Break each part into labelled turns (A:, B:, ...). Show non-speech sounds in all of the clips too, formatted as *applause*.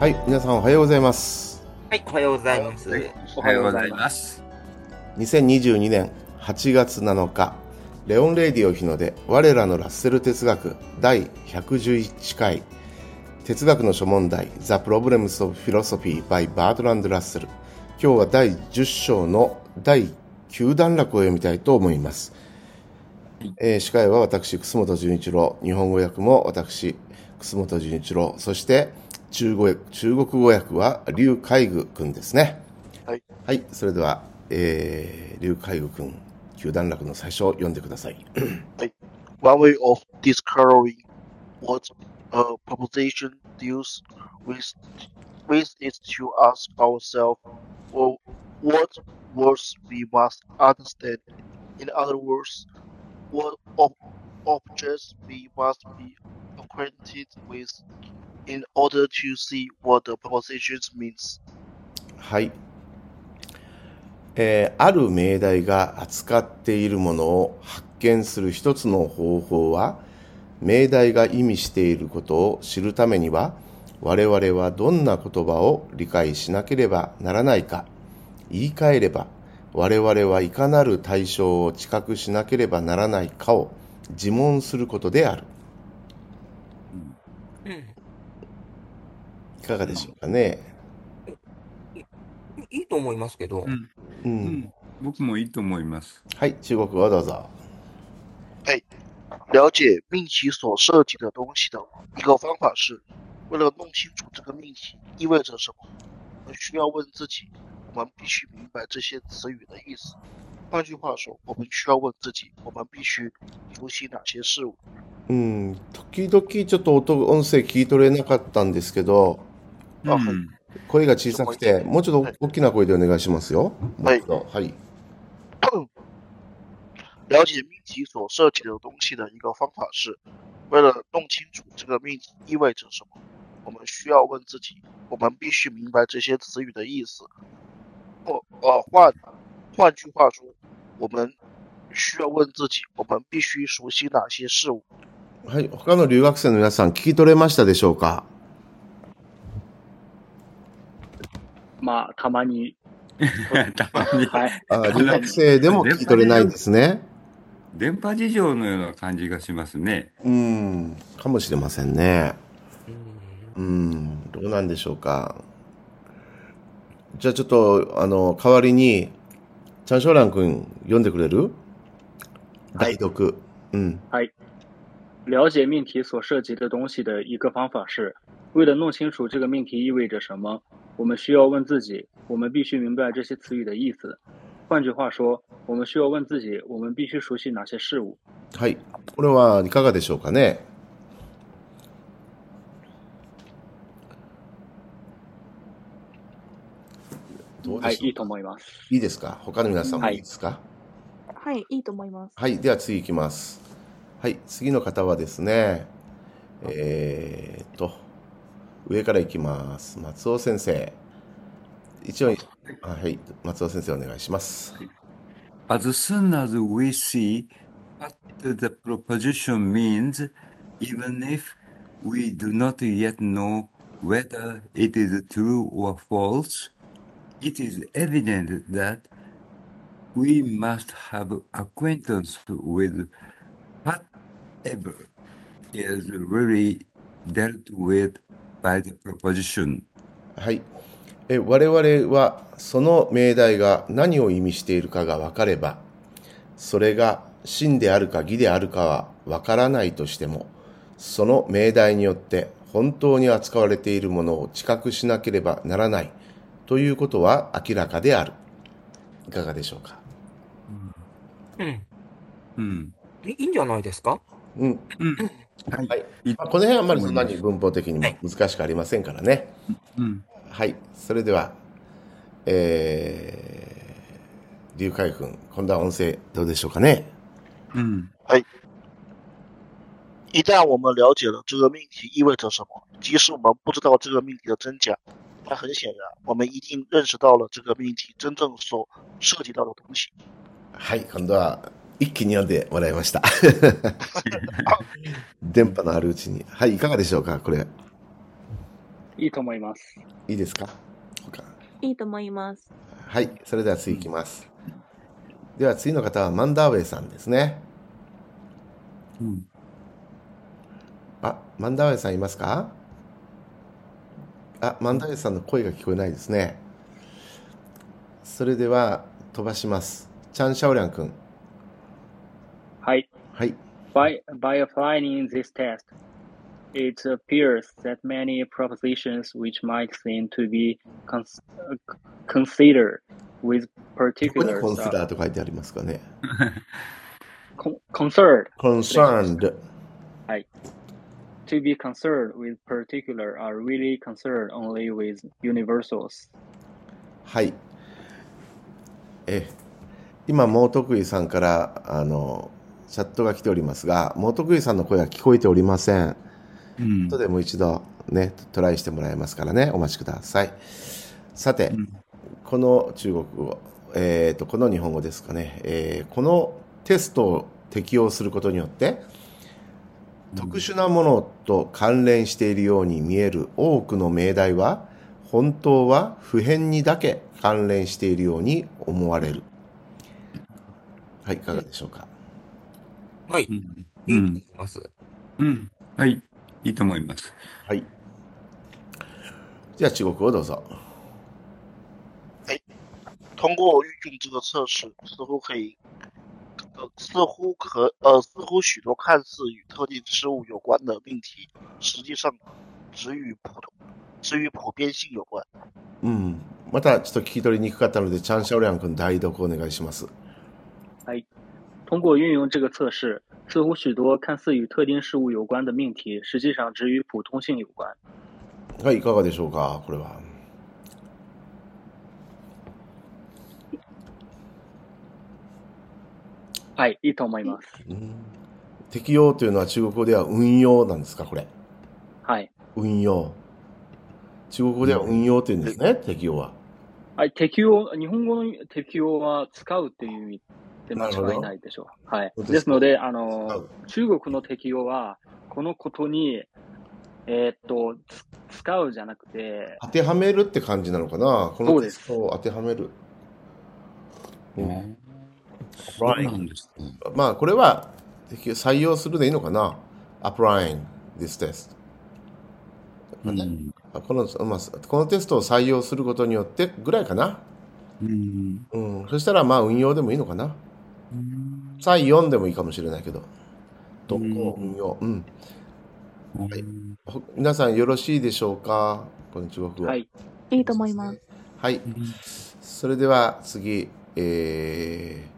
A: はい、皆さんおはようございます。
B: はい、おはようございます。
C: おはようございます。
A: 2022年8月7日、レオン・レイディオ日野で、我らのラッセル哲学第111回、哲学の諸問題、The Problems of Philosophy by Bertrand Russell。今日は第10章の第9段落を読みたいと思います。えー司会は私、楠本純一郎、日本語訳も私、楠本純一郎、そして中国語中国語訳は劉海愚君ですね。
C: はい。
A: はい、それでは、えー、劉海愚君、九段落の最初を読んでください。 *laughs*
D: One way of discovering what a proposition deals with, with is to ask ourselves well, what words we must understand. In other words, what ob- objects we must be acquainted with in order to see what the proposition means.
A: はい。えーある命題が扱っているものを発見する一つの方法は、命題が意味していることを知るためには、我々はどんな言葉を理解しなければならないか、言い換えれば、我々はいかなる対象を知覚しなければならないかを自問することである。いかがでしょうかね。
B: いいと思いますけど、
C: うん
A: う、
C: うんん、僕もいいと思います。
A: はい、中国語をどうぞ。
D: 了解命题所涉及的东西的一个方法是，为了弄清楚这个命题意味着什么，我们需要问自己，我们必须明白这些词语的意思。换句话说，我们需要问自己，我们必须熟悉哪些事物。
A: うん、時々ちょっと音、音声聞い取れなかったんですけど、
D: あはい *laughs*
C: うん
A: 声が小さくて、もうちょっと大きな声でお願いしますよ。
D: は
A: もう
D: い
A: 一度はい。
D: *clears throat* 了解命题所涉及的东西的一个方法是，为了弄清楚这个命题意味着什么，我们需要问自己，我们必须明白这些词语的意思。或呃换换句话说，我们需要问自己，我们必须熟悉哪些事物。
A: はい。他の留学生の皆さん、聞き取れましたでしょうか
E: まあ、たまに。
C: たまに
E: はい。
A: あ留学生でも聞き取れないんですね。
C: 電波事情のような感じがしますね。
A: うん。かもしれませんね。
B: うん
A: うん。どうなんでしょうか。じゃあちょっと、あの、代わりに、チャンショーラン君、読んでくれる代読。うん。
E: 了解命题所涉及的东西的一个方法是，为了弄清楚这个命题意味着什么，我们需要问自己，我们必须明白这些词语的意思。换句话说，我们需要问自己，我们必须熟悉哪些事物。
A: はい。これはいかがでしょうかねどう
E: は
A: で
E: い、
A: しょう
E: いいと思います。
A: いいですか他の皆さんも
E: はい
A: いいですか、
F: はい、いいと思います。
A: はい、では次いきます。はい、次の方はですね、えーっと、上からいきます。松尾先生。一応、あはい、松尾先生お願いします。
C: As soon as we see what the proposition means, even if we do not yet know whether it is true or false, it is evident that we must have acquaintance with whatever is really dealt with by the proposition.
A: はい。え我々はその命題が何を意味しているかが分かれば、それが真であるか義であるかは分からないとしても、その命題によって本当に扱われているものを知覚しなければならないということは明らかである。いかがでしょうか。
B: うん。
C: うん。
B: いいいんじゃないですか
A: うん。
C: うん。
A: は
C: *coughs* はいい。
A: まあ、この辺はあまりそんな
C: 思い
A: に文法的にも難しくありませんからね。
C: うん。
A: はい。それでは、えー、劉海君、今度は音声どうでしょうかね。
C: うん。
D: 一旦我们了解了这个命题意味着什么，即使我们不知道这个命题的真假，但很显然，我们一定认识到了这个命题真正所涉及到的东西。
A: はい、今度は一気に読んでもらいました。電波のあるうちに。はい、いかがでしょうか、これ。
E: いいと思います。
A: いいですか他
F: いいと思います。
A: はい、それでは次いきます。では次の方はマンダーウェイさんですね。
C: うん
A: あ、マンダーウェイさんいますかあ、マンダーウェイさんの声が聞こえないですね。それでは飛ばします。チャン・シャオリャン君。
E: はい。
A: はい。
E: By, by applying this test, it appears that many propositions which might seem to be cons- uh, considered with
A: どこに
E: particulars
A: コンシ
E: are
A: ダーと書いてありますかね。
E: con- concerned
A: concerned。
E: to be concerned with particular are really concerned only with universals.
A: はい。え、今、毛徳井さんから、あの、チャットが来ておりますが、毛徳井さんの声が聞こえておりません。
C: うん
A: 後でもう一度ね、トライしてもらえますからね、お待ちください。さて、
C: うん
A: この中国語、えー、と、この日本語ですかね、えーこのテストを適用することによって、
C: Hmm.
A: 特殊なものと関連しているように見える多くの命題は、本当は普遍にだけ関連しているように思われる。はい、いかがでしょうか。
B: はい。
C: う
B: い
C: ん
B: いと思
C: うん
B: います。
C: うんはいいいと思います
A: はい。じゃあ、中国語どうぞ。
D: 通过预定这个测试，似乎可以，呃，似乎可呃，似乎许多看似与特定事物有关的命题，实际上只与普通，只与普遍性有关。
A: うん、またちょっと聞き取りにくかったので、チャン・シャオリャン君、代読お願いします。
E: 通过运用这个测试，似乎许多看似与特定事物有关的命题，实际上只与普通性有关。
A: はい、いかがでしょうか、これは。
E: はい、いいと思います。
A: うん適用というのは中国語では運用なんですか、これ。
E: はい、
A: 運用。中国語では運用というんですね、適用は。
E: はい、適用、日本語の適用は使うという意味で
A: な
E: 間
A: るほ
E: 違
A: ど
E: いないでしょう。はい。
A: そうですね
E: ですので、あ
A: 使
E: の
A: う、
E: 中国の適用は、このことに、えーっと、つ使うじゃなくて、
A: 当てはめるって感じなのかな、こ
E: そ
A: の
E: うで
A: テ
E: す
A: ストを当てはめる。
C: うんそうなんですね
A: まあ、これは適用採用するでいいのかな、applying this test。
C: うん
A: このまあ、このテストを採用することによってぐらいかな。
C: うん
A: うん、そしたらまあ運用でもいいのかな。
C: うん
A: 再4でもいいかもしれないけど。特攻運用。うん。ほ皆さんよろしいでしょうかこの中国語。
E: は。い、
F: いいと思います。。
A: はい。それでは次、えー、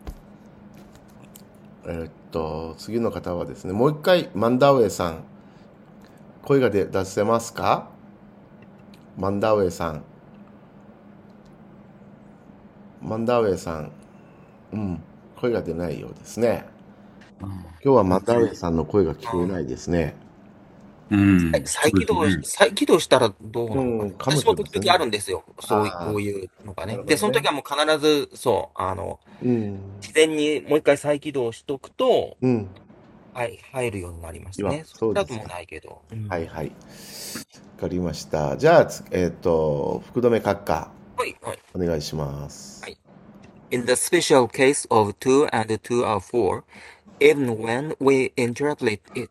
A: えーっと、次の方はですね、もう一回、マンダーウェイさん。声が出出せますかマンダーウェイさん。マンダーウェイさん。うん。声が出ないようですね。今日はマンダーウェイさんの声が聞こえないですね。
C: うん
B: はい再起
C: そう
B: 動
C: で
B: し
C: すね
B: 再起動したらどうなのか
A: うん
B: な。
A: かもしれ
B: 私
A: ません
B: も
A: ね
B: 時々あるんですよ。そうい
A: あー
B: こういうの
A: な
B: がね。
A: るほどね
B: で、その時はもう必ず、そう、あの、
A: うん。
B: 事前にもう一回再起動しとくと、
A: うん。
B: はい、入るようになります
A: い
B: ね
A: や。そ
B: そうう
A: で
B: だ
A: す
B: と
A: か
B: もうないけど。
A: はい
B: うん
A: はい。わかりました。じゃあ、つえっ、と、福留閣下、
B: はい、はい。
A: お願いします。
B: はい In the special case of two and two are four, even when we interpret it,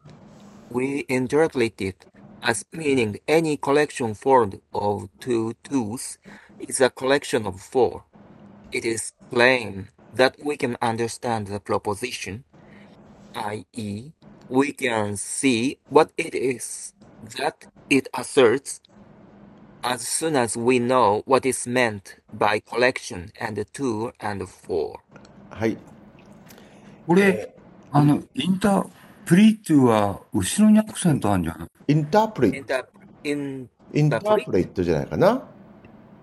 B: we interpret it as meaning any collection formed of two twos is a collection of four. It is plain that we can understand the proposition, i.e., we can see what it is that it asserts as soon as we know what is meant by collection and two and four.
A: はい。
C: これ、あの、インタープリートは後ろにアクセントあるんじゃない
A: インタープレイト。
B: Inter- in
A: インタープレイトじゃないかな。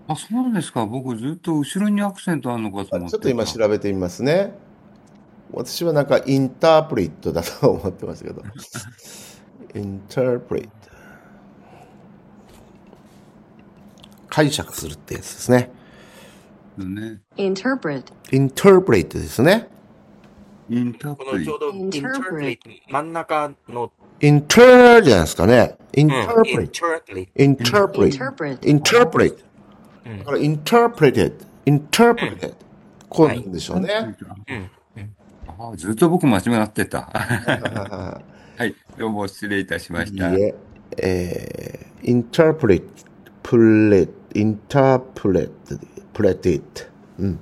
C: あ、そうなんですか。僕ずっと後ろにアクセントあるのかと
A: あちょ
C: 思っ
A: って
C: た。
A: と今調べてみますね。私はなんかインタープレイトだと思ってましたけ
B: *laughs*
A: ど。インタープレイト。解釈するってやつですね。
C: ね。
G: interpret,
A: インタープレイトですね。
C: インター
B: こ
C: プ
B: の
C: リ
B: ちょうど interpret
G: Interpret
B: 真ん中の
A: inter じゃないですかね。interpret。interpret
B: interpret
G: Interpret
A: interpret
B: うん
A: だから interpreted interpreted こうなんでしょうね。
B: うん
C: あずっと僕間違ってた。 *laughs* はい、どうも失礼いたしま
A: い
C: した。
A: いえ、えー、interpret pret interpret Mm. preted うん。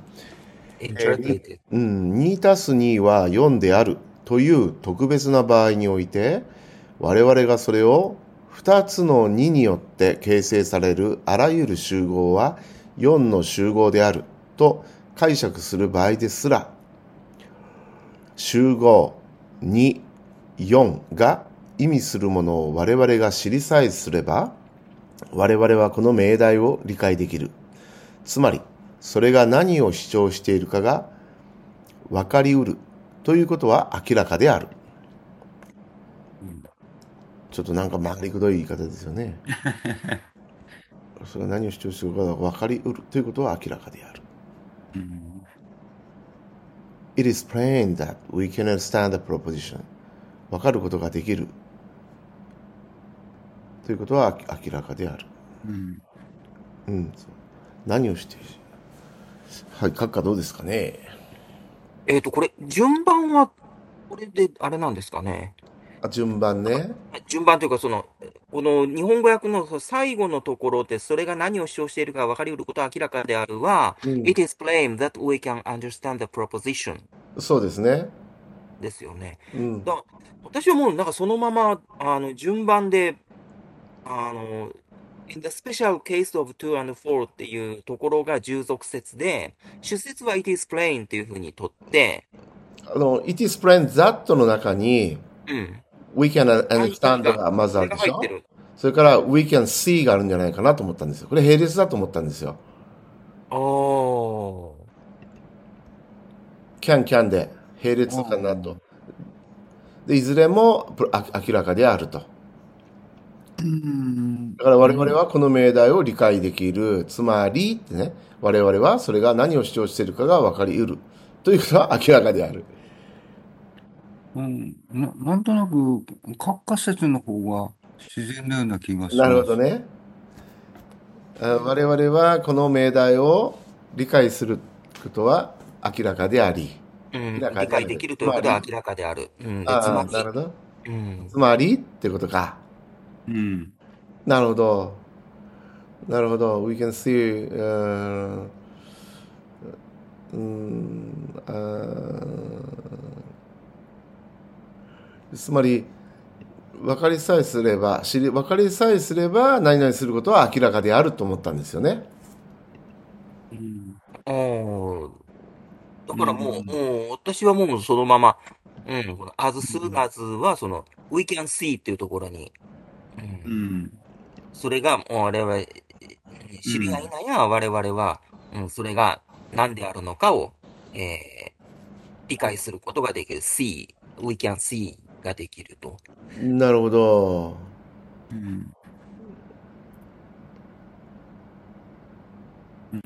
B: interpreted
A: うん、2たす2は4であるという特別な場合において、我々がそれを2つの2によって形成されるあらゆる集合は4の集合であると解釈する場合ですら、集合2、4が意味するものを我々が知りさえすれば、我々はこの命題を理解できる。つまり、それが何を主張しているかが分かりうるということは明らかである。ちょっとなんか回りくどい言い方ですよね。それは何を主張するかが分かりうるということは明らかである。
C: うん、
A: It is plain that we can understand the proposition. 分かることができる。ということは明らかである。
C: うん
A: うん。そう何をしているはい、閣下どうですかね。
B: えっとこれ順番はこれであれなんですかね
A: あ、順番ね。
B: 順番というか、その、この日本語訳のその最後のところで、それが何を主張しているか分かりうることは明らかであるは、
A: うん、
B: It is plain that we can understand the proposition
A: そうですね。
B: ですよね。
A: うん。
B: だ私はもうなんかそのまま、あの、順番で、あの、In the special case of two and four っていうところが従属説で、主説は It is plain っていうふうにとって、
A: あの、It is plain that の中に、
B: うん。
A: We can understand がまず
B: そ
A: あ
B: れ
A: る
B: が
A: でし
B: 入
A: ょ
B: ってる。
A: それから We can see があるんじゃないかなと思ったんですよ。これ並列だと思ったんですよ。
B: あー
A: can can で並列かなと。で、いずれもプロあ明らかであると。
C: うん
A: だから我々はこの命題を理解できる。つまり、ってね、我々はそれが何を主張しているかが分かり得る。ということは明らかである。
C: うん、な、なんとなく、閣下説の方が自然のような気がし
A: なる
C: ま
A: ほ
C: す。
A: どね。あ我々はこの命題を理解することは明らかであり。
B: うん、
A: 明らかである
B: 理解できるということは明らかである。うん、でつ
A: あ
B: ま
A: あ、なるほ
B: り、
A: ど。
B: うん、
A: つまりってことか。
C: うん。
A: なるほど。なるほど。We can see, uh, mm, uh, つまり、分かりさえすれば、知り、分かりさえすれば、何々することは明らかであると思ったんですよね。
C: うん
B: おーだからもう、
C: うん
B: もう私はもうそのまま、うん、この as soon as はその、we can see っていうところに、う、
C: うんん。
B: それがもう我々、うん知り合いなや我々は、うん、それが何であるのかを、えー理解することができる。see, we can see ができると。
A: なるほど。
C: うん。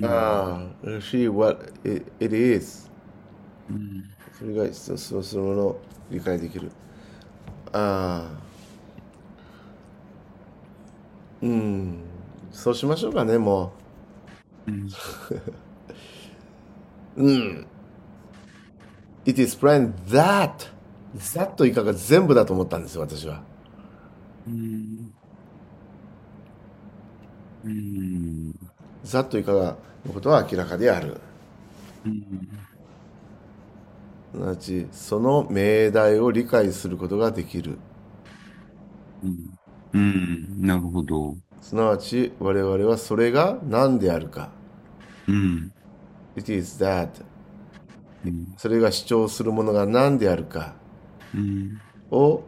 A: ああ、see what it, it is.
C: うん。
A: それがそそそのものを理解できる。ああ。うん。そうしましょうかね、も
C: うん
A: う。うん。It is plain that. that 以下が全部だと思ったんですよ、私は。
C: うん。うん。
A: that 以下がのことは明らかである。
C: うん
A: すなわち、その命題を理解することができる。
C: うん。うん。なるほど。
A: すなわち、我々はそれが何であるか。
C: うん。
A: It is that.
C: うん。
A: それが主張するものが何であるか。
C: うん。
A: を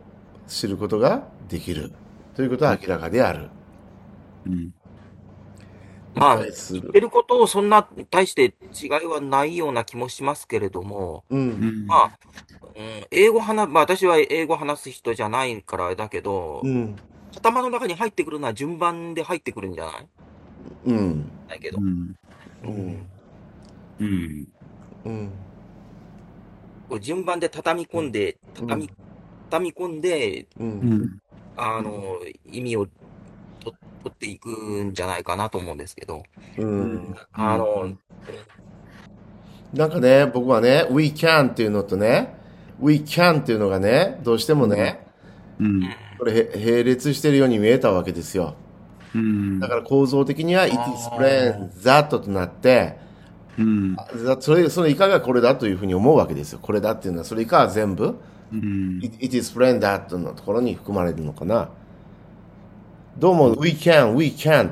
A: 知ることができるということは明らかである。
C: うん。
B: まあ、
A: 理解す
B: 言って
A: る。
B: ることをそんな大して違いはないような気もしますけれども、
A: う。
C: うんん。
B: まあ、うん、英語話、まあ私は英語話す人じゃないからあれだけど、
A: うん。
B: 頭の中に入ってくるのは順番で入ってくるんじゃない
A: うん。
B: だけど
C: う。ん。
A: うん。
C: うん。
A: うん。
B: こう順番で畳み込んで、畳み畳み込んで、
A: うん。
B: あの、意味をと取っていくんじゃないかなと思うんですけど、
A: うん。
B: あの、
A: なんかね、僕はね、we can っていうのとね、we can っていうのがね、どうしてもね、これへ並列してるように見えたわけですよ。だから構造的には、it is plain that となって、だそれ、その以下がこれだというふうに思うわけですよ。これだっていうのは、それ以下は全部、it, it is plain that のところに含まれるのかな。どうも、we can, we can't.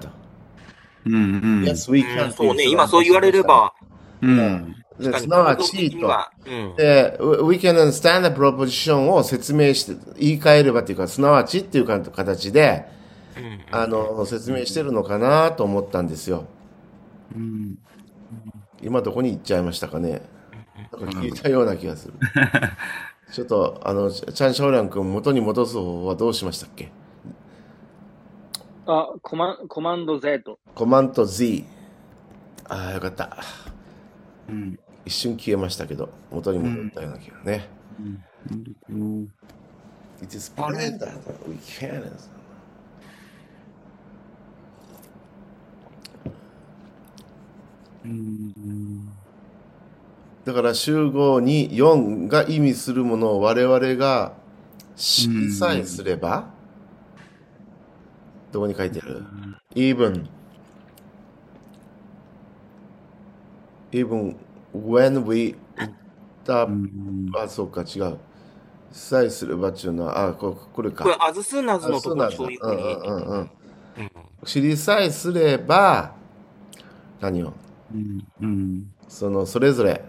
A: Yes, we
B: う
A: can.
B: んそうね、今そう言われれ。ば、
A: ですすなわち
B: に
A: と。
B: は、うん、
A: で、we we can understand the proposition を説明して、言い換えればっていうか、すなわちっていうか形で、
B: うん
A: あの、説明してるのかなと思ったんですよ。今どこに行っちゃいましたかね。なんか聞いたような気がする。ちょっと、あの、チャン・シャオラン君、元に戻す方法はどうしましたっけ
E: あ、コマン、コマンド Z。
A: コマント Z。ああ、よかった。一瞬消えましたけど、元に戻ったような気がね。It is plain that we can. だから集合に4が意味するものを我々が識さえすれば、どこに書いてある ?even, even when we interpret あ、そうか、違う。さえすればっていうのは、あ、ここれか。
B: これ、アズスーナズのと
A: そう
B: こ
A: な
B: ろ、
A: んだ。
B: そういう
A: う
B: ふうんに、
A: うんうんうん。
B: うん
A: 知りさえすれば、何をその、それぞれ、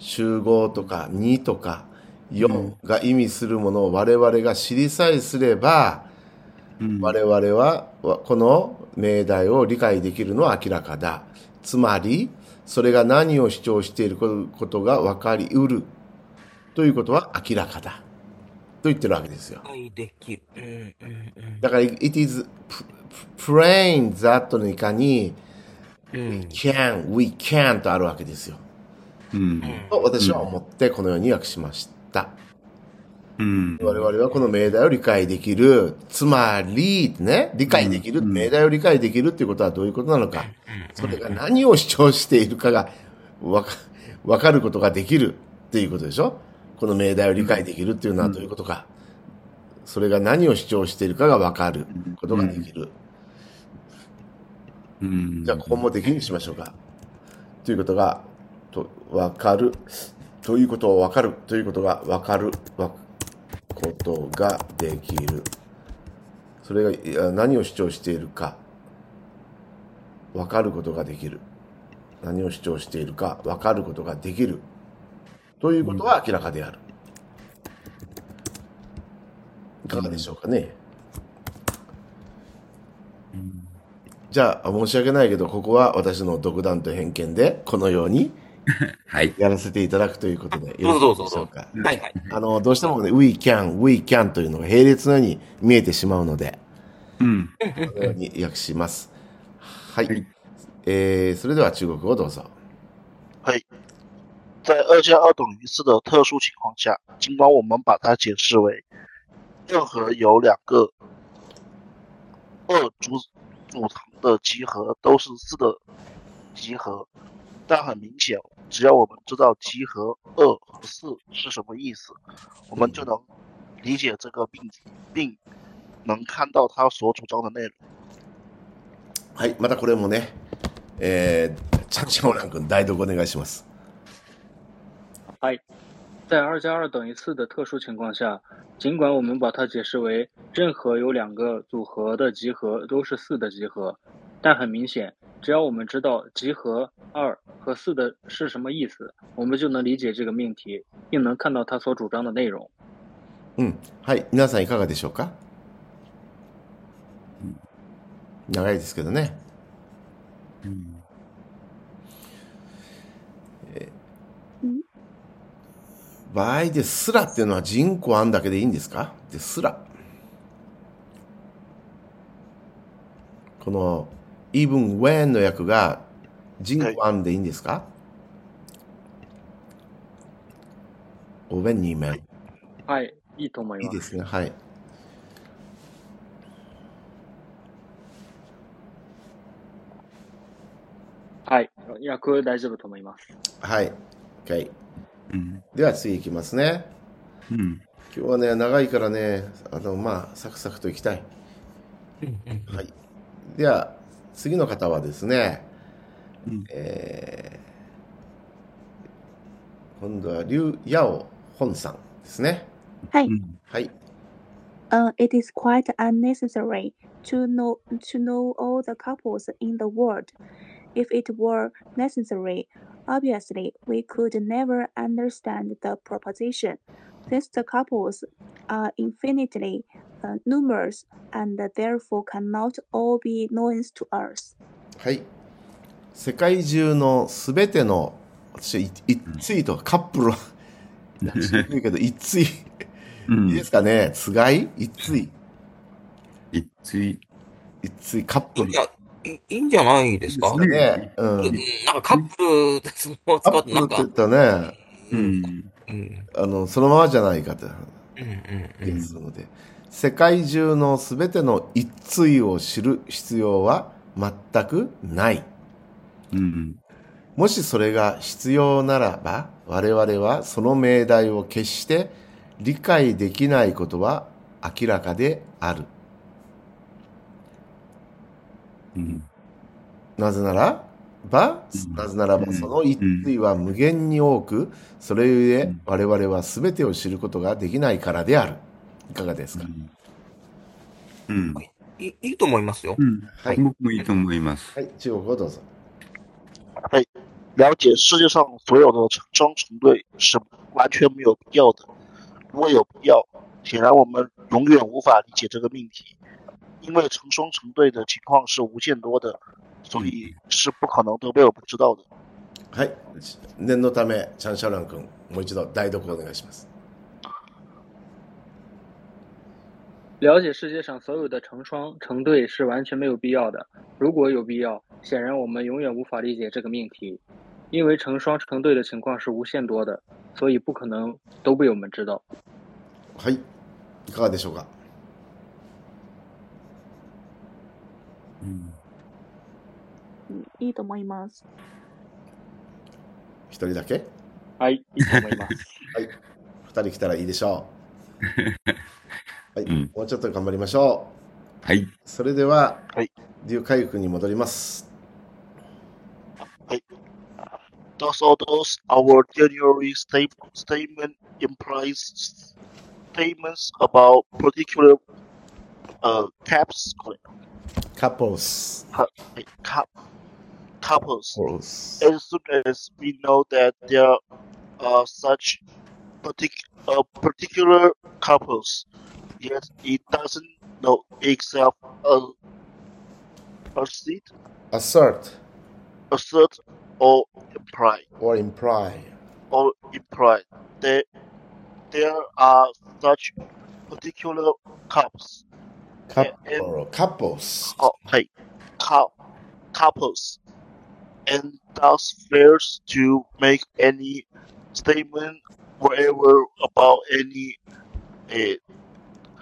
A: 集合とか2とか4が意味するものを我々が知りさえすれば、我々はわこの命題を理解できるのは明らかだ。つまり、それが何を主張していることが分かりうるということは明らかだ。と言ってるわけですよ。
B: はい、できる。うんうんうん
A: だから、it is plain that の以下に、
B: うん、
A: can, we can とあるわけですよ。と私は思ってこのように訳しました。我々はこの命題を理解できる。つまり、ね、理解できる。命題を理解できるっていうことはどういうことなのか。それが何を主張しているかがわか、わかることができるっていうことでしょこの命題を理解できるっていうのはどういうことか。それが何を主張しているかがわかることができる。じゃあ、ここもできるにしましょうか。ということが、と、わかる。ということをわかる。ということがわかる。わ、ことができる。それがいや、何を主張しているか。わかることができる。何を主張しているか、わかることができる。ということは明らかである。いかがでしょうかね。じゃあ、申し訳ないけど、ここは私の独断と偏見で、このようにやらせていただくということで、
B: どうぞど
A: よろ
B: うぞ
A: しいでしょうか。
B: はいはい。
A: あの、どうしてもね、we can, we can というのが並列のように見えてしまうので、このように訳します。はい。えー、それでは中国語どうぞ。
D: 在二加二等于四的特殊情况下，尽管我们把它解释为任何有两个二组组成的集合都是四的集合，但很明显，只要我们知道集合二和四是什么意思，我们就能理解这个命题，并能看到它所主张的内容。
A: はい、またこれもね、えー、チャンチャオラン君、代読お願いします。
E: 在二加二等于四的特殊情况下，尽管我们把它解释为任何有两个组合的集合都是四的集合，但很明显，只要我们知道集合二和四的是什么意思，我们就能理解这个命题，并能看到它所主张的内容。
A: うん。はい、皆さんいかがでしょうか長いですけどね。場合ですらっていうのは人口あんだけでいいんですかですら。この even when の訳が人口あんでいいんですか、ごめん、にめん。
E: はい、いいと思い
A: いい
E: ます。
A: ですね。はい。
E: はい、訳大丈夫と思います。
A: はい。OK。
C: うん
A: では次いきますね。
C: うん
A: 今日はね、長いからね、あの、まあ、サクサクといきたい。はい。では、次の方はですね、
C: うん
A: えー今度は、劉ヤオ本さんですね。
C: うん
A: はい。
F: Uh, it is quite unnecessary to know to know all the couples in the world. If it were necessary, obviously we could never understand the proposition, since the couples are infinitely uh, numerous and therefore cannot all be known to us.
A: はい。世界中のすべての、私、い一対とかカップルは、言うけど、一対、
C: うん
A: いいですかね、つがい一対、
C: いつい
A: 一対カップル
B: い。や、いいいんじゃないですか
C: いいです
A: ね、うん。
B: うんなんかカップルでその
A: カ
B: 使
A: ッ
B: っ
A: プル
B: てな
A: っ
B: ん
A: て
B: か、
A: 言ったらね、
C: うん
B: うん、
A: あの、そのままじゃないかと。
B: うん、うん、う
A: で
B: ん。
A: すので、世界中のすべての一対を知る必要は全くない。
C: うん
A: もしそれが必要ならば、我々はその命題を決して理解できないことは明らかである。
C: うん
A: なぜならば
C: う、ん
A: なぜなら
C: う
A: ば
C: ん
A: その一対は無限に多く、それゆ
C: う
A: え
C: ん
A: 我々は全てを知ることができないからである。いかがですか、
C: うん
B: いいいと思いますよ
C: う。ん
A: はい
C: 僕もいいと思います
A: はい、中国語どうぞ。
D: 了解世界上所有的章程对是完全没有必要的。如果有必要，显然我们永远无法理解这个命题，因为成双成对的情况是无限多的，所以是不可能都被我们知道的。
A: はい、念のため、チャンシャラン君、もう一度代読お願いします。
E: 了解世界上所有的成双成对是完全没有必要的。如果有必要，显然我们永远无法理解这个命题，因为成双成对的情况是无限多的，所以不可能都被我们知道。
A: はい、いかがでしょうか。
C: うん
F: いいと思います。
A: 一人だけ、
E: はい、いいと思います。
A: 二人来たらいいでしょう。はい、
C: うん
A: もうちょっと頑張りましょ
C: はい。
A: う。それでは、
D: はい、
A: 劉海君に戻ります。
D: 哎 Thus, although our January sta- statement implies statements about particular uh, caps,
A: カポース。
D: cap, couples,
A: ポース
D: as soon as we know that there are such partic- uh, particular couples, yet it doesn't know itself a, a seat,
A: assert
D: assert, or imply.
A: or imply.
D: or implied that there are such particular cups
A: カ
D: ええ
A: ポカポス。
D: or hey, cou- couples and thus fails to make any statement whatever about any uh,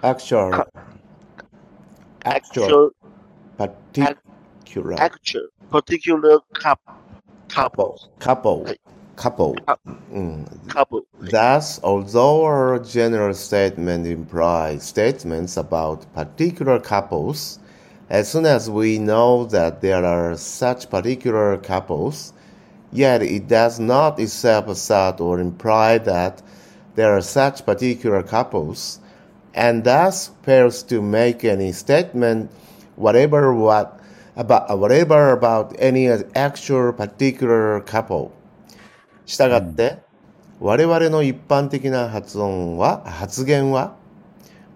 A: actual,
D: か
A: actual,
D: actual
A: particular,
D: actual particular cup couples
A: couple,
D: はい
A: couple.
D: か
A: うん。
D: couple
A: Thus, although our general statement implies statements about particular couples, as soon as we know that there are such particular couples, yet it does not itself assert or imply that there are such particular couples, and thus fails to make any statement whatever what about whatever about any actual particular couple. したがって、我々の一般的な発音は、発言は、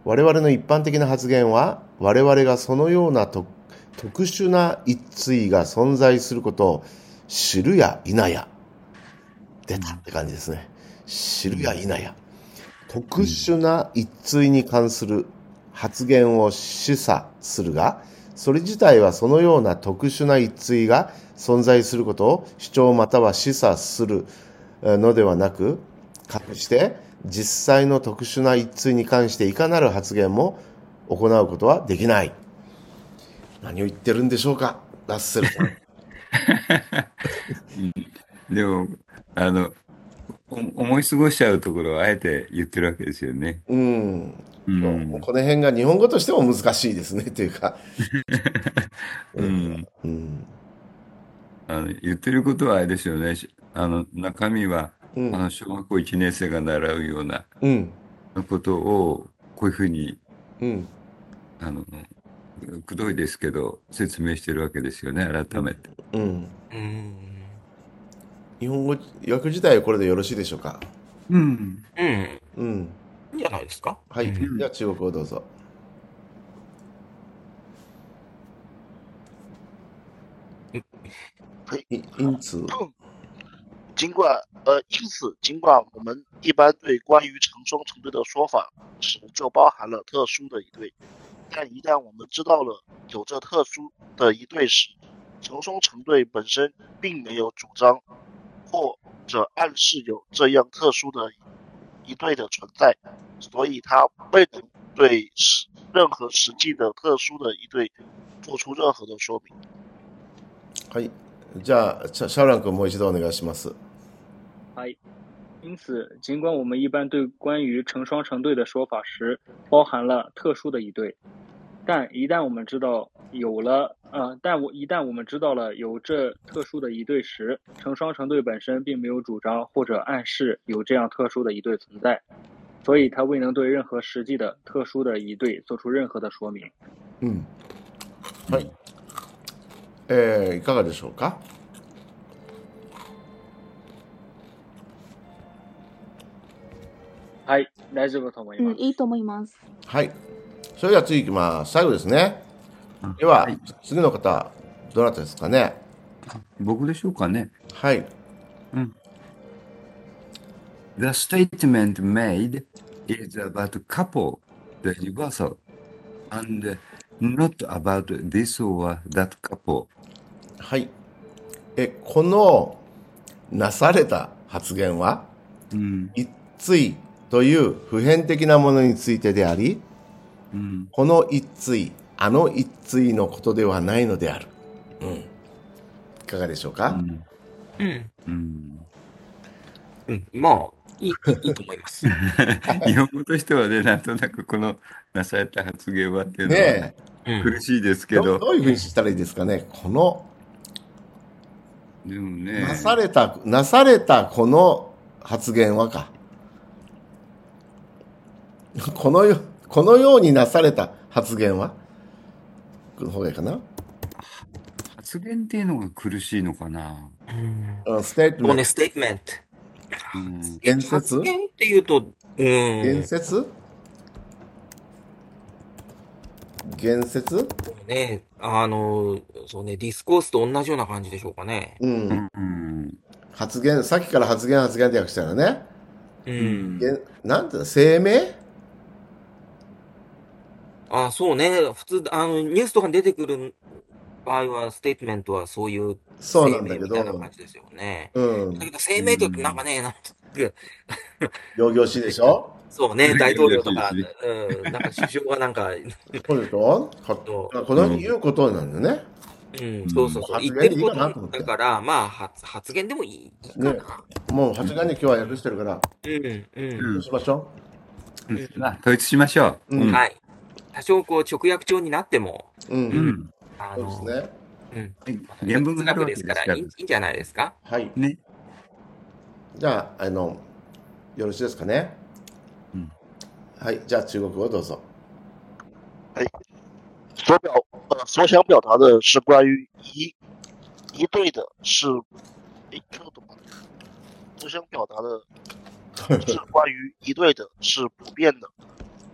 A: 我々の一般的な発言は、我々がそのようなと特殊な一対が存在することを知るや否や。出たって感じですね。知るや否や。特殊な一対に関する発言を示唆するが、それ自体はそのような特殊な一対が存在することを主張または示唆するえーのではなく、かとして実際の特殊な一通に関していかなる発言も行うことはできない何を言ってるんでしょうかラッセルさん
C: *laughs* でも、あの、お思い過ごしちゃうところをあえて言ってるわけですよね。
A: うん
C: うん。
A: この辺が日本語としても難しいですねというか、
C: うん。
A: うん
C: あの、言ってることはあれですよね。しあの、中身は、
A: う
C: あ
A: ん
C: の、小学校1年生が習うような
A: うん
C: ことを、こういうふうに、
A: うん
C: あの、くどいですけど、説明してるわけですよね、改めて。
A: うん
B: うん。
A: 日本語訳自体はこれでよろしいでしょうか
C: うん。
B: うん。
A: うん
B: いいんじゃないですか
A: はい、
B: うん
A: では中国語をどうぞ
D: はい
A: い因此
D: 尽管呃，因此，尽管我们一般对关于成双成对的说法时就包含了特殊的一对，但一旦我们知道了有这特殊的一对时，成双成对本身并没有主张或者暗示有这样特殊的一对的存在，所以它未能对实任何实际的特殊的一对做出任何的说明。
A: はいじゃあシャシャオラン君もう一度お願いします
E: はい。因此，尽管我们一般对关于成双成对的说法时包含了特殊的一对，但一旦我们知道有了呃，但我一旦我们知道了有这特殊的一对时，成双成对本身并没有主张或者暗示有这样特殊的一对存在，所以它未能对任何实际的特殊的一对做出任何的说明。
A: うんはいえー、いかがでしょうか
E: はい、大丈夫と思い
F: うん、
E: ます。
F: いいと思います。
A: はいそれでは次行きます最後ですねでは、次の方どなたですかね
C: 僕でしょうかね。
A: はい、
C: The statement made is about couple, the universal, and not about this or that couple.
A: はい。え、このなされた発言は、
C: うん。
A: 一対という普遍的なものについてであり、
C: うん。
A: この一対、あの一対のことではないのである。うん。いかがでしょうか、
C: うん。
B: うん。
C: うん
B: うん。まあ、いい、いいと思
A: *laughs*
B: います。
C: 日本語としてはね、なんとなくこのなされた発言はっていうのは、
A: ね
B: う
C: 苦
B: ん。
C: しいです
A: え
C: け
A: ど、
C: ど、
A: どういうふうにしたらいいですかねこの、
C: でもね、
A: なされた、なされたこの発言はか。このよ、このようになされた発言はの方がいいかな
C: 発言っていうのが苦しいのかな。
B: うん
A: うんステート
B: そう
A: メン
B: ね、
A: ト。
B: ステートメント。
C: うん、
A: 言
B: 発
A: 説
B: 言っていうと、う
A: 言
B: ん。
A: 説言説
B: ね、あの、そうね、ディスコースと同じような感じでしょうかね。
A: うん。
C: うん、
A: 発言、さっきから発言発言って訳したらね。
B: う。
C: うんん、
A: 言なんていうの声明
B: あ、そうね。普通、あの、ニュースとかに出てくる場合は、ステートメントはそういう
A: そうな
B: 声
A: んだ
B: 明
A: け
B: みたいな感
A: ど、
B: じですよね。
A: う
B: だけ
A: ん。
B: ど、声明って言うとなんかね、なんとなく、
A: 行々しいでしょ
B: そうね、大統領と
C: よろ
A: *laughs*
C: し
B: か、
C: いですね
B: うん、なんか首相がなんか、
A: そうでしょか
B: そ
A: この言うことなんだよね。
B: う、うん、そうそうそう、言
A: 発言
B: ってる
A: でいい
B: こ
A: か
B: と
A: なと思って
B: だ。から、まあ、発、発言でもいい、いいか
A: ね。
B: な。
A: もう発言で今日は訳してるから、
B: うん、う、
C: うん
A: そうしましょ
C: ん、
B: うん。
C: まあ、統一しましょう。
A: う
C: うんん、
B: はい。多少こう、直訳調になっても、
A: う。うん。
B: う、
C: うんん、
B: あ
A: そうです
B: の、
A: ね。
B: うん、
C: 原文
B: 哲
C: があ
B: 学
C: るわ
B: で
C: け
B: す
C: で
B: か
C: す
B: ら、い
C: から
B: い、いいんじゃないですか
A: はい。
C: ね。
A: じゃあ、あの、よろしいですかね。
C: うん
A: はい。じゃあ、中国語どうぞ。
D: 所表呃所想表达的是关于一一对的是诶听得懂吗？所想表达的是关于一对的是普遍的，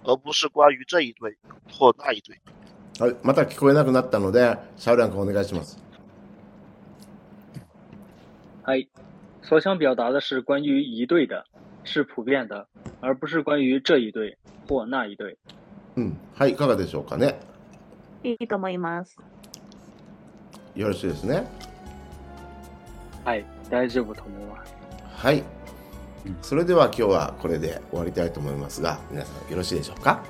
D: 而不是关于这一对或那一对。
A: はい、また聞こえなくなったので、シャウラン君お願いします。
E: 嗨，所想表达的是关于一对的，是普遍的，而不是关于这一对或那一对。
A: うん、はい、いかがでしょうかね。
F: いいと思います。
A: よろしいですね。
E: 嗨，大丈夫と思います。
A: はい。それでは今日はこれで終わりたいと思いますが皆さんよろしいでしょうか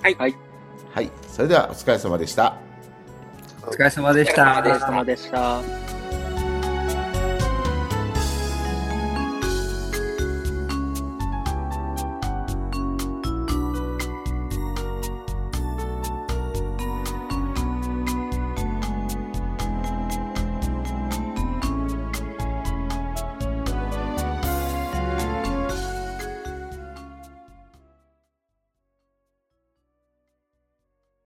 C: はい。
A: はいそれではお疲れ様でした
C: お疲れ様でした。
B: お疲れ様
E: でした。